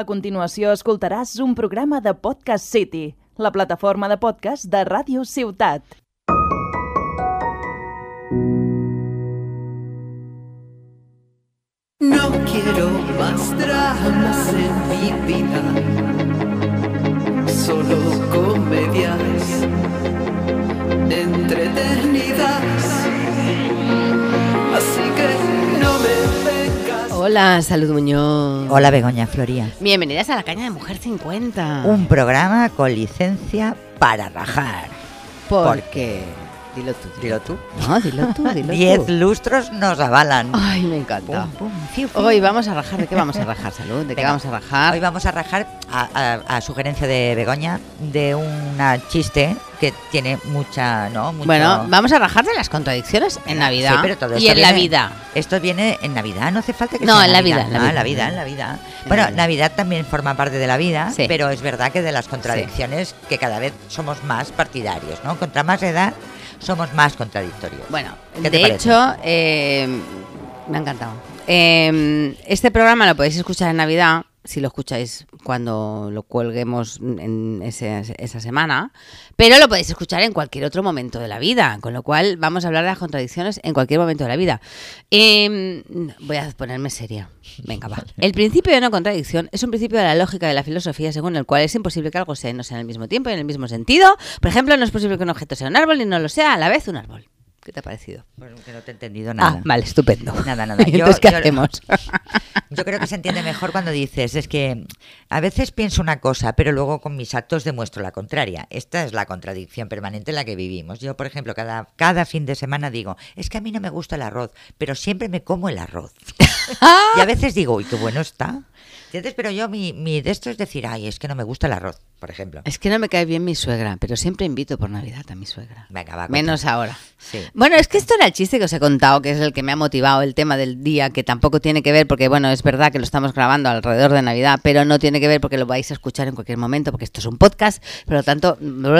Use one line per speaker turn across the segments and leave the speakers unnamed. A continuació escoltaràs un programa de Podcast City, la plataforma de podcast de Ràdio Ciutat.
No quiero más dramas en mi vida, solo comedias, entretenidas. Así que no me vengas.
Hola, Salud Muñoz.
Hola Begoña Floría.
Bienvenidas a la caña de Mujer 50.
Un programa con licencia para rajar. Porque,
Dilo tú.
dilo tú,
No, dilo tú, dilo
diez
tú.
lustros nos avalan.
Ay, me encanta.
Pum, pum, fiu, fiu.
Hoy vamos a rajar. ¿De qué vamos a rajar, Salud? ¿De qué
Venga,
vamos a rajar?
Hoy vamos a rajar, a, a- a sugerencia de Begoña, de un chiste que tiene mucha, ¿no? Mucho-
Bueno, vamos a rajar de las contradicciones en Navidad
Sí, pero todo ¿eh?
y
esto
en la
viene-
vida.
Esto viene en Navidad, no hace falta que
No,
sea
en la
Navidad,
vida, en la
¿no? en
vida.
la vida, en la vida.
En
Bueno,
la vida.
Navidad también forma parte de la vida,
Sí.
pero es verdad que de las contradicciones que cada vez somos más partidarios, ¿no? Contra más edad somos más contradictorios.
Bueno,
¿Qué te
de
parece?
hecho, eh, me ha encantado. Eh, este programa lo podéis escuchar en Navidad, si lo escucháis cuando lo cuelguemos en ese- esa semana, pero lo podéis escuchar en cualquier otro momento de la vida, con lo cual vamos a hablar de las contradicciones en cualquier momento de la vida. Eh, voy a ponerme seria. Venga, va. El principio de no contradicción es un principio de la lógica de la filosofía según el cual es imposible que algo sea y no sea en el mismo tiempo y en el mismo sentido. Por ejemplo, no es posible que un objeto sea un árbol y no lo sea a la vez un árbol. ¿Qué te ha parecido?
Bueno, Pues que no te he entendido nada.
Ah, vale, estupendo.
Nada, nada.
¿Y
Yo-
entonces qué
yo-
hacemos?
Yo creo que se entiende mejor cuando dices, es que a veces pienso una cosa, pero luego con mis actos demuestro la contraria. Esta es la contradicción permanente en la que vivimos. Yo, por ejemplo, cada, cada fin de semana digo, es que a mí no me gusta el arroz, pero siempre me como el arroz. y a veces digo, uy, qué bueno está. ¿Entiendes? Pero yo, mi, mi de esto es decir, ay, es que no me gusta el arroz, por ejemplo.
es que no me cae bien mi suegra, pero siempre invito por Navidad a mi suegra.
Venga, va,
Menos
cuenta.
ahora.
Sí.
Bueno, es que esto era el chiste que os he contado, que es el que me ha motivado el tema del día, que tampoco tiene que ver, porque bueno, es verdad que lo estamos grabando alrededor de Navidad, pero no tiene que ver porque lo vais a escuchar en cualquier momento, porque esto es un podcast, por lo tanto, no me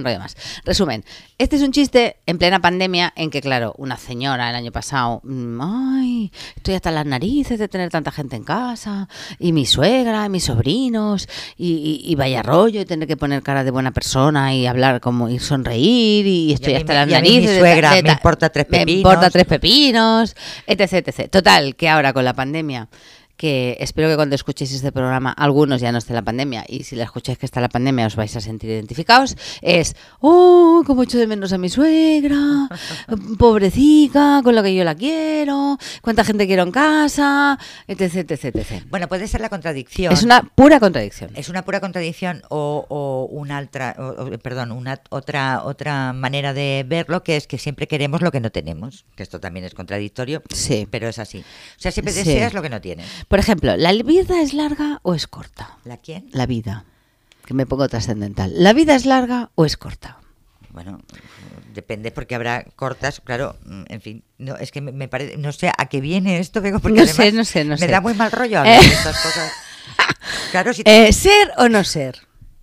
enrollo más. Resumen, este es un chiste en plena pandemia en que, claro, una señora el año pasado, mm, ay, estoy hasta las narices de tener tanta gente en casa, y mi suegra, y mis sobrinos, y, y- y vaya rollo, y tener que poner cara de buena persona y hablar como y sonreír, y estoy
mí
hasta
me-
las
y a mí mi
narices. de ta-
suegra,
de
me
ta-
importa tres
Me
pepinos.
importa tres pepinos, etc, etc. Total, que ahora con la pandemia, que espero que cuando escuchéis este programa, algunos ya no esté la pandemia, y si la escucháis que está la pandemia os vais a sentir identificados, es, oh, como echo de menos a mi suegra, pobrecita, con lo que yo la quiero, cuánta gente quiero en casa, etc, etc, etc.
Bueno, puede ser la contradicción.
Es una pura contradicción.
Es una pura contradicción o, o una altra, o- o, perdón, una otra otra manera de verlo que es que siempre queremos lo que no tenemos, que esto también es contradictorio,
Sí.
pero es así. O sea, siempre
Sí.
deseas lo que no tienes.
Por ejemplo, ¿la vida es larga o es corta?
¿La quién?
La vida, que me pongo trascendental. ¿La vida es larga o es corta?
Bueno, depende porque habrá cortas, claro, mm, en fin, no es que me, me parece no sé a qué viene esto, Bego, porque
No sé,
además
no sé, no
me
sé.
da muy mal rollo hablar
Eh.
de estas cosas. Claro, si
Eh, ser o no ser.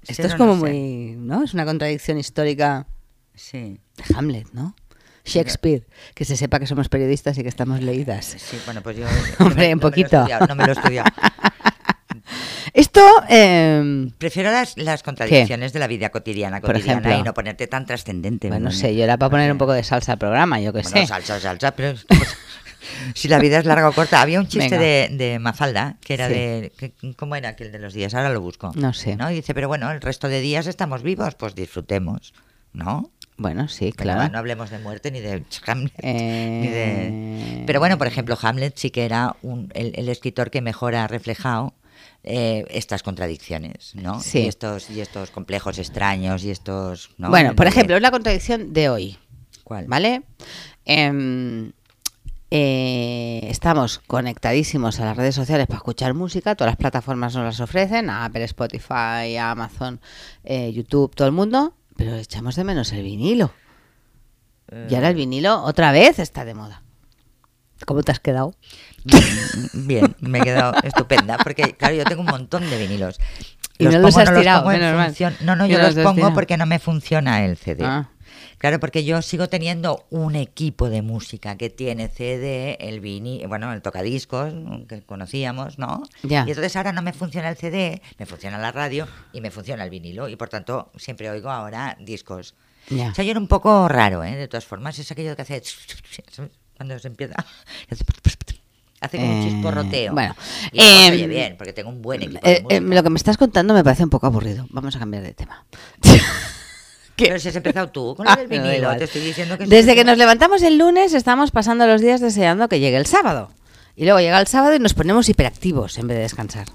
Esto
Ser
es
o
como
no ser.
muy, ¿no? Es una contradicción histórica
sí.
de Hamlet, ¿no? Shakespeare, que se sepa que somos periodistas y que estamos leídas.
Sí, bueno, pues yo
Hombre,
no
un
me- no me lo he
poquito.
estudiado, no me lo he estudiado.
Esto, eh,
Prefiero las, las contradicciones de la vida cotidiana,
Por
cotidiana
ejemplo.
y no ponerte tan trascendente.
bueno, no
¿no?
sé, yo era para poner un poco de salsa al programa, yo qué
Bueno,
sé.
salsa, salsa, pero es- si la vida es larga o corta. Había un chiste de, de Mafalda, que era
Sí.
de... que- ¿Cómo era aquel de los días? Ahora lo busco.
No sé.
Y dice, pero bueno, el resto de días estamos vivos, pues disfrutemos, ¿no?
Bueno, sí,
Venga,
claro.
va, no hablemos de muerte ni de Hamlet.
Eh,
ni de- Pero bueno, por ejemplo, Hamlet sí que era un- el, el escritor que mejor ha reflejado eh, estas contradicciones, ¿no?
Sí.
Y estos, y estos complejos extraños y estos... ¿no?
bueno, por
De-
ejemplo, es la contradicción de hoy.
¿Cuál?
¿Vale? Em, eh, estamos conectadísimos a las redes sociales para escuchar música. Todas las plataformas nos las ofrecen: a Apple, Spotify, a Amazon, eh, YouTube, todo el mundo. Pero echamos de menos el vinilo.
Eh,
Y ahora el vinilo otra vez está de moda. ¿Cómo te has quedado?
Bien, me he quedado estupenda, porque claro, yo tengo un montón de vinilos.
Y no los has tirado,
pongo en
menos mal.
función- No, no,
Y
yo
no
los
los has
pongo
tirado.
porque no me funciona el CD.
Ah.
Claro, porque yo sigo teniendo un equipo de música que tiene CD, el vini, bueno, el tocadiscos mm, que conocíamos, ¿no?
Ya.
Y entonces ahora no me funciona el CD, me funciona la radio y me funciona el vinilo y por tanto siempre oigo ahora discos.
Ya.
O sea, yo era un poco raro, ¿eh? De todas formas, es aquello que hace cuando se empieza hace hace como un
Eh,
chisporroteo.
bueno,
Y luego se
eh,
oye bien, porque tengo un buen equipo. de
Eh, eh,
música.
lo que me estás contando me parece un poco aburrido. Vamos a cambiar de tema.
Pero si has empezado tú con lo del
Ah, me da
vinilo,
igual.
te estoy diciendo que...
Desde que nos levantamos el lunes estamos pasando los días deseando que llegue el sábado. Y luego llega el sábado y nos ponemos hiperactivos en vez de descansar.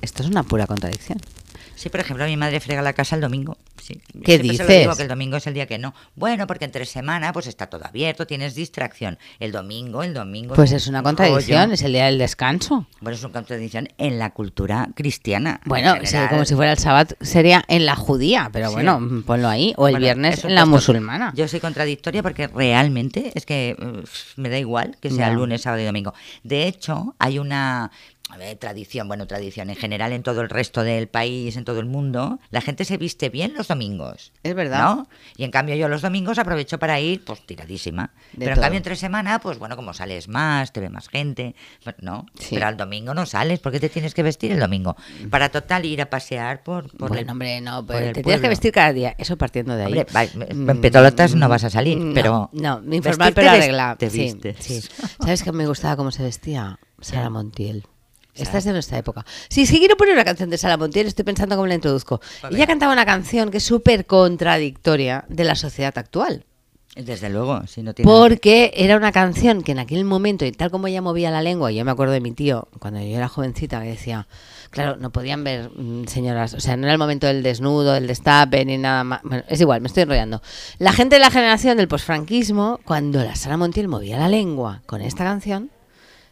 Esto es una pura contradicción.
Sí, por ejemplo, mi madre frega la casa el domingo. Sí. Yo
¿Qué
siempre se lo
dices?
digo, que el domingo es el día que no. Bueno, porque entre semana pues está todo abierto, tienes distracción. El domingo, el domingo...
Pues es una
un
contradicción,
rollo.
es el día del descanso.
Bueno, es una contradicción en la cultura cristiana. en
Bueno, o sea,
general.
como si fuera el sábado, sería en la judía, pero
Sí.
bueno, ponlo ahí. O el
Bueno,
viernes
eso
en la
puesto.
musulmana.
Yo soy contradictoria porque realmente es que uh, me da igual que sea
Ya.
lunes, sábado y domingo. De hecho, hay una a ver, tradición, bueno, tradición en general en todo el resto del país, en todo el mundo, la gente se viste bien los domingos.
Es verdad.
¿no? Y en cambio yo los domingos aprovecho para ir, pues tiradísima.
De
Pero en
todo.
cambio entre semana, pues bueno, como sales más, te ve más gente, pero no.
Sí. Mm.
Pero al domingo no sales, ¿por qué te tienes que vestir el domingo? Para total ir a pasear por, por
Bueno,
el-
hombre, no,
por
pero
el
te tienes que
pueblo.
vestir cada día. Eso partiendo de ahí.
Hombre, va-
Mm,
en petolotas no vas a salir,
no,
pero
No, informal,
vestirte
pero
ves-
arreglado.
te
Sí,
vistes.
sí. ¿Sabes que me gustaba cómo se vestía? Sara Montiel. Esta
Sara.
es de nuestra época. Sí, es que quiero poner una canción de Sara Montiel, estoy pensando cómo la introduzco. Ella cantaba una canción que es súper contradictoria de la sociedad actual.
Desde luego, si no tiene...
Porque era una canción que en aquel momento, y tal como ella movía la lengua, yo me acuerdo de mi tío, cuando yo era jovencita, que decía, claro, no podían ver mm, señoras, o sea, no era el momento del desnudo, el destape, ni nada más. Bueno, es igual, me estoy enrollando. La gente de la generación del posfranquismo, cuando la Sara Montiel movía la lengua con esta canción,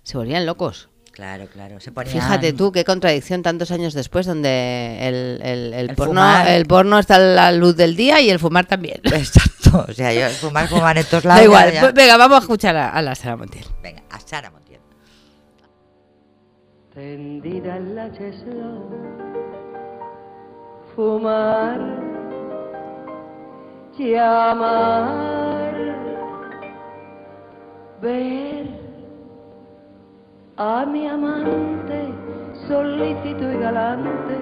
se volvían locos.
Claro, claro. Se ponían-
Fíjate tú qué contradicción tantos años después, donde el, el- el
El
porno,
fumar.
el porno está a la luz del día y el fumar también.
Exacto. O sea, yo fumar, fumar en todos lados.
da igual,
ya, ya.
Pues venga, vamos a escuchar a, a la Sara Montiel.
Venga, a Sara Montiel.
Tendida en la chesla, fumar, llamar, ver a mi amante, solícito y galante,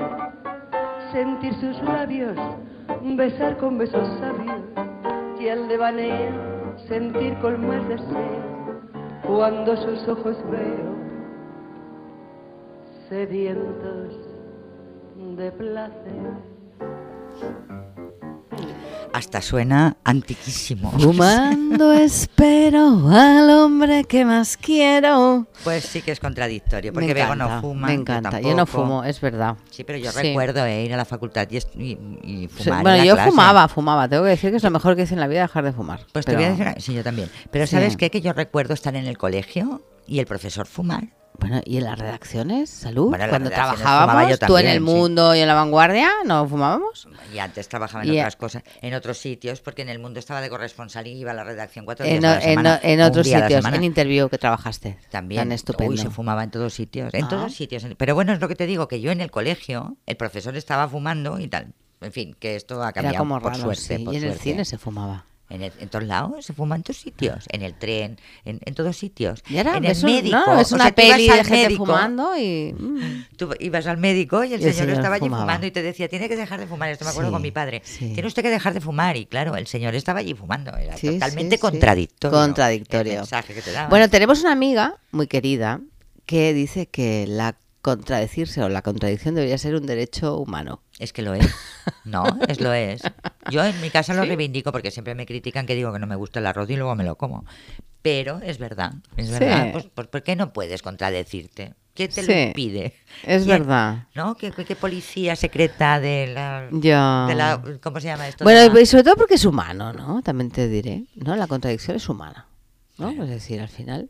sentir sus labios, besar con besos sabios y el devaneo, sentir con más deseo cuando sus ojos veo sedientos de placer.
Hasta suena antiquísimo.
Fumando espero al hombre que más quiero.
Pues sí que es contradictorio,
Me
porque Bego no
encanta,
fuma.
Me
yo
encanta, yo, no
tampoco.
fumo, es verdad.
Sí, pero yo
Sí.
recuerdo eh, ir a la facultad y, est- y- y
Sí,
fumar. en
Bueno,
la
yo
clase.
fumaba, fumaba. Tengo que decir que es lo mejor que hice en la vida dejar de fumar.
Pues
Pero-
te voy a decir, una- sí, yo también. Pero
Sí.
¿sabes qué? Que yo recuerdo estar en el colegio y el profesor fumar.
Bueno, ¿y en las redacciones? ¿Salud?
Bueno, en las
Cuando
redacciones
trabajábamos,
fumaba yo
tú en el
también, sí.
mundo y en la vanguardia, ¿no fumábamos?
Y antes trabajaba en
Y-
otras cosas, en otros sitios, porque en el mundo estaba de corresponsal y iba a la redacción cuatro días
En,
a la
en-
semana,
en
o un
otros
día a la
sitios,
semana.
en interview que trabajaste.
También,
Tan estupendo.
uy, se fumaba en todos sitios, en
Ah.
todos sitios. Pero bueno, es lo que te digo, que yo en el colegio, el profesor estaba fumando y tal. En fin, que esto ha cambiado,
Era como raro,
por suerte,
sí.
por
y en el
suerte.
cine se fumaba.
En, el- en todos lados, se fuma en todos sitios, en el tren, en, en todos sitios.
Y ahora
en
ves
el
un-
médico,
no, es
o
una
sea, tú ibas
peli de
al
gente
médico,
fumando y... mm.
Tú ibas al médico y el,
Y el
señor,
señor
estaba allí
fumaba.
fumando y te decía, tiene que dejar de fumar. Esto me acuerdo
Sí,
con mi padre.
sí.
Tiene usted que dejar de fumar. Y claro, el señor estaba allí fumando. Era
Sí, sí,
totalmente
sí.
contradictorio.
Contradictorio.
El mensaje que te daba.
Bueno, tenemos una amiga muy querida que dice que la contradecirse o la contradicción debería ser un derecho humano.
es que lo es. No, es lo es. Yo en mi casa lo reivindico porque siempre me critican que digo que no me gusta el arroz y luego me lo como. Pero es verdad, es
Sí.
verdad. Pues, pues, ¿Por qué no puedes contradecirte? ¿Qué te lo
Sí.
impide?
Es
¿Quién-
verdad.
¿No? ¿Qué, qué- qué policía secreta de la,
Ya.
de la- ¿Cómo se llama esto? De
Bueno,
la-
y sobre todo porque es humano, ¿no? También te diré, ¿no? La contradicción es humana, ¿no? Es decir, al final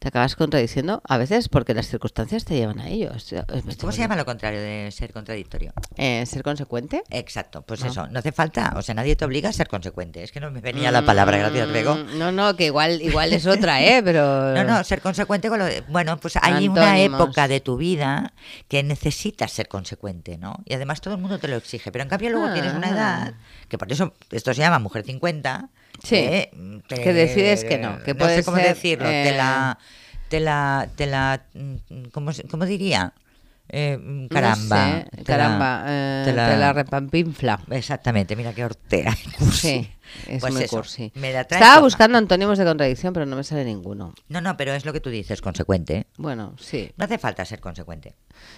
te acabas contradiciendo a veces porque las circunstancias te llevan a ello. O sea, me estoy
¿Cómo se llama lo contrario de ser contradictorio?
Eh, ser consecuente.
Exacto,
Ah.
pues eso, no hace falta, o sea, nadie te obliga a ser consecuente. Es que no me venía la palabra, gracias, Rego.
Mm, No, no, que igual, igual es otra, ¿eh? Pero.
No, no, ser consecuente con lo de- Bueno, pues hay una
Antónimos.
época de tu vida que necesitas ser consecuente, ¿no? Y además todo el mundo te lo exige. Pero en cambio luego tienes una
Ah.
edad, que por eso esto se llama mujer 50.
Sí,
te-
que decides que no, que
no
puede
sé cómo
ser,
decirlo, te
eh,
la... Te la, te la mm, ¿cómo, se- cómo diría? Eh, mm,
No
caramba.
sé,
te la-
caramba, eh, te la, repampinfla.
Exactamente, mira qué hortera. y cursi.
Sí, es
Pues
muy
eso,
cursi.
me la trae
Estaba
coja.
buscando antónimos de contradicción, pero no me sale ninguno.
No, no, pero es lo que tú dices, consecuente. ¿eh?
Bueno, sí.
No hace falta ser consecuente.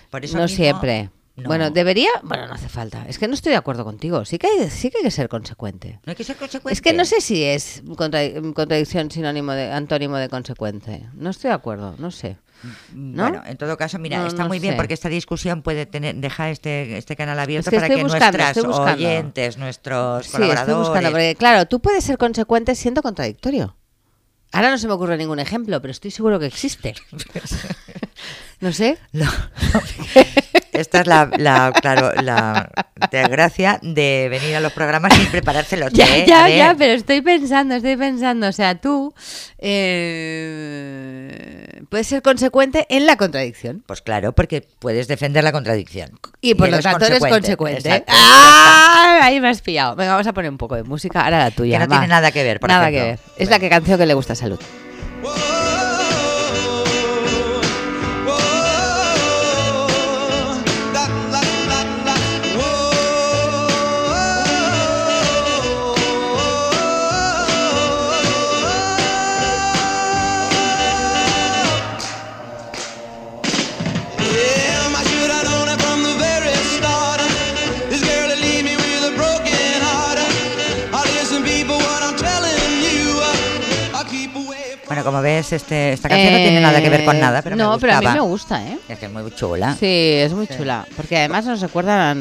Por eso
No
mismo-
siempre.
No.
Bueno, debería. Bueno, no hace falta. Es que no estoy de acuerdo contigo. Sí que hay, sí que, hay que ser consecuente.
No hay que ser consecuente.
Es que no sé si es contra- contradicción sinónimo de antónimo de consecuente. No estoy de acuerdo, no sé. ¿no?
Bueno, en todo caso, mira,
No,
está
no
muy bien
sé.
porque esta discusión puede tener, dejar este, este canal abierto
Es que
para
estoy
que
buscando,
nuestras
estoy buscando.
oyentes, nuestros
Sí, estoy
colaboradores.
buscando, porque claro, tú puedes ser consecuente siendo contradictorio. Ahora no se me ocurre ningún ejemplo, pero estoy seguro que existe. No sé.
No, no. Esta es la, la, claro, la desgracia de venir a los programas sin prepararse los
Ya,
té, a
ya,
ver.
ya, pero estoy pensando, estoy pensando. O sea, tú eh, puedes ser consecuente en la contradicción.
Pues claro, porque puedes defender la contradicción.
Y por lo tanto eres consecuente. ¡Ah! Ahí me has pillado. Venga, vamos a poner un poco de música. Ahora la tuya.
Que no
va.
tiene nada que ver, por
Nada
ejemplo.
que ver. Es la que canción que le gusta a Salud.
Damn, I should have known it from the very start. This girl will leave me with a broken heart. I listen, people, what I'm telling you. I keep away from.
Bueno, como ves, este, esta canción no tiene nada que ver con nada, pero
Eh, no,
me
pero a mí
gustaba.
me gusta, ¿eh?
Es que es muy chula.
Sí, es muy chula. Porque además nos recuerda a a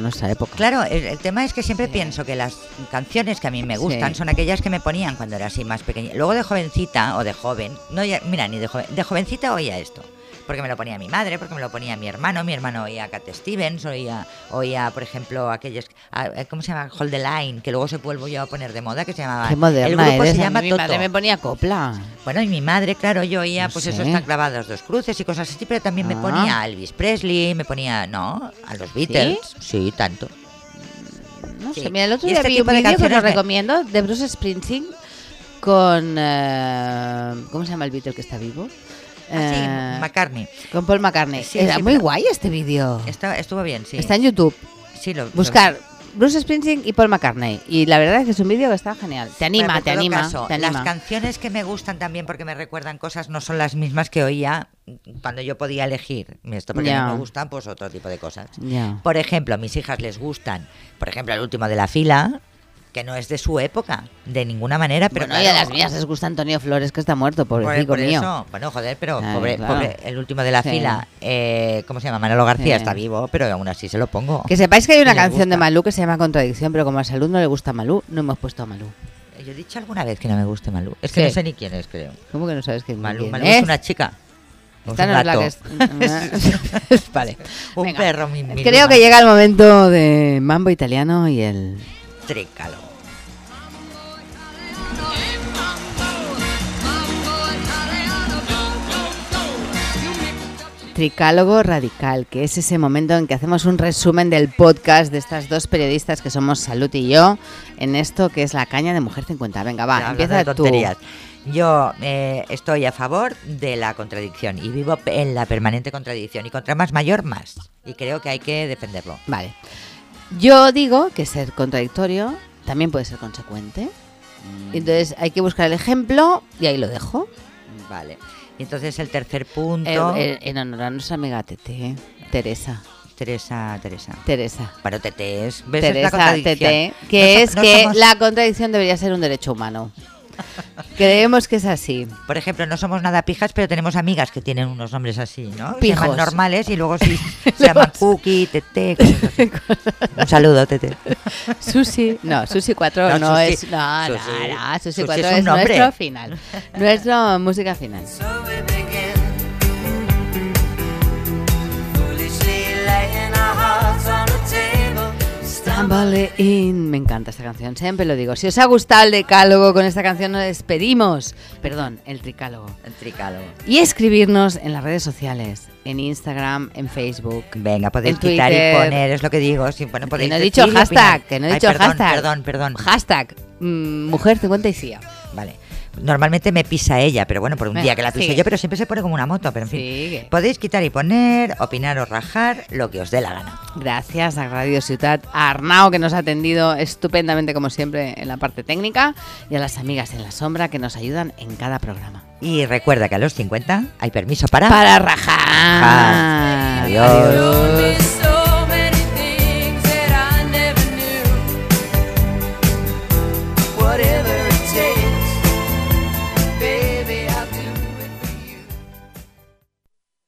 nuestra época.
Claro, el, el tema es que siempre pienso que las canciones que a mí me gustan
Sí.
son aquellas que me ponían cuando era así más pequeña. Luego de jovencita o de joven, no ya- mira, ni de joven, de jovencita oía esto. Porque me lo ponía mi madre, porque me lo ponía mi hermano, mi hermano oía a Cat Stevens, oía, oía por ejemplo, aquellos, a- a- ¿cómo se llama? Hold the Line, que luego se vuelvo yo a poner de moda, que se llamaba...
Qué moderna
el grupo
eres.
se
A
llama
mí mi
Toto.
madre me ponía copla.
Bueno, y mi madre, claro, yo oía,
No
pues
sé.
eso, están clavadas dos cruces y cosas así, pero también me
Ah.
ponía a Elvis Presley, me ponía, no, a los Beatles. Sí, tanto.
No
Sí.
sé, mira, el otro
Y
día
este
vi
tipo
un
de
vídeo que os
canciones me-
recomiendo de Bruce Springsteen con... eh, ¿Cómo se llama el Beatle que está vivo?
Así,
Eh,
McCartney.
con Paul McCartney.
Ah, Sí,
Era
sí,
muy
pero-
guay este vídeo.
Está- estuvo bien, sí.
Está en YouTube.
Sí, lo- lo-
Buscar Bruce Springsteen y Paul McCartney. Y la verdad es que es un vídeo que está genial. Te
Bueno,
anima,
en
te
todo
anima,
caso,
te
Las
anima.
canciones que me gustan también porque me recuerdan cosas no son las mismas que oía cuando yo podía elegir. Esto porque
Ya.
no me gustan, pues otro tipo de cosas.
Ya.
Por ejemplo, a mis hijas les gustan, por ejemplo, el último de la fila, que no es de su época, de ninguna manera, pero
Bueno, y a
claro,
las mías les gusta Antonio Flores, que está muerto,
Por,
pobrecito
por
mío.
eso, bueno, joder, pero
Ay,
pobre,
claro.
pobre, el último de la
Sí.
fila, eh, ¿cómo se llama? Manolo García
Sí.
está vivo, pero aún así se lo pongo.
Que sepáis que hay una
Le
canción de
gusta.
Malú que se llama Contradicción, pero como a Salud no le gusta Malú, no hemos puesto a Malú.
Yo he dicho alguna vez que no me guste Malú. Es que
Sí.
no sé ni quién es, creo.
¿Cómo que no sabes quién
Malú,
quién
Malú es una chica. O
Esta
es un
no es la
gato.
que es- vale.
Un
Venga.
perro, mi, mi
Creo que
luna.
llega el momento de Mambo Italiano y el...
Trícalo.
Tricálogo Radical, que es ese momento en que hacemos un resumen del podcast de estas dos periodistas que somos Salud y yo en esto que es la caña de Mujer 50. Venga, va,
Ya, hablando
empieza
de
tú.
tonterías. Yo eh, estoy a favor de la contradicción y vivo pe- en la permanente contradicción. Y contra más mayor, más. Y creo que hay que defenderlo.
Vale. Yo digo que ser contradictorio también puede ser consecuente.
Mm.
Entonces hay que buscar el ejemplo y ahí lo dejo.
Vale. Y entonces el tercer punto.
Eh, eh, en honor a nuestra amiga Tete, eh, Teresa.
Teresa, Teresa.
Teresa.
Bueno, Tete Pues es. ¿Ves? Es la
Teresa,
contradicción.
Tete,
No
que
so-
es
no
que
somos-
la contradicción debería ser un derecho humano. Creemos que es así.
Por ejemplo, no somos nada pijas, pero tenemos amigas que tienen unos nombres así, ¿no? Se
Pijos.
llaman normales y luego sí se llaman Cookie, Tete. cosas así. Un saludo, Tete.
Susi. No, Susi 4 no,
No, Susi.
es. No, no,
Susi.
no, Susi
Susi
4
es
es,
un nombre.
nuestro final. Nuestra música final.
So we begin, foolishly laying our hearts on the table.
Stumble in. Me encanta esta canción, siempre lo digo. Si os ha gustado el decálogo con esta canción, nos despedimos. Perdón, el tricálogo.
Entricado.
Y escribirnos en las redes sociales, en Instagram, en Facebook.
Venga, podéis
En
quitar y
Twitter.
poner, es lo que digo. Sí, bueno,
Que
podéis
no he
decir
dicho
y
hashtag,
opinar.
que no he
Ay,
dicho
perdón,
hashtag.
Perdón, perdón.
Hashtag mm, mujer 50 y CIA.
Vale. Normalmente me pisa ella, pero bueno, por un
Venga,
día que la pise
sigue.
yo, pero siempre se pone como una moto, pero en fin.
Sigue.
Podéis quitar y poner, opinar o rajar, lo que os dé la gana.
Gracias a Radio Ciutat, a Arnau que nos ha atendido estupendamente como siempre en la parte técnica y a las amigas en la sombra que nos ayudan en cada programa.
Y recuerda que a los 50 hay permiso para...
Para rajar.
Adiós.
Told me so many things that I never knew. Whatever it takes, baby, I'll do it for you.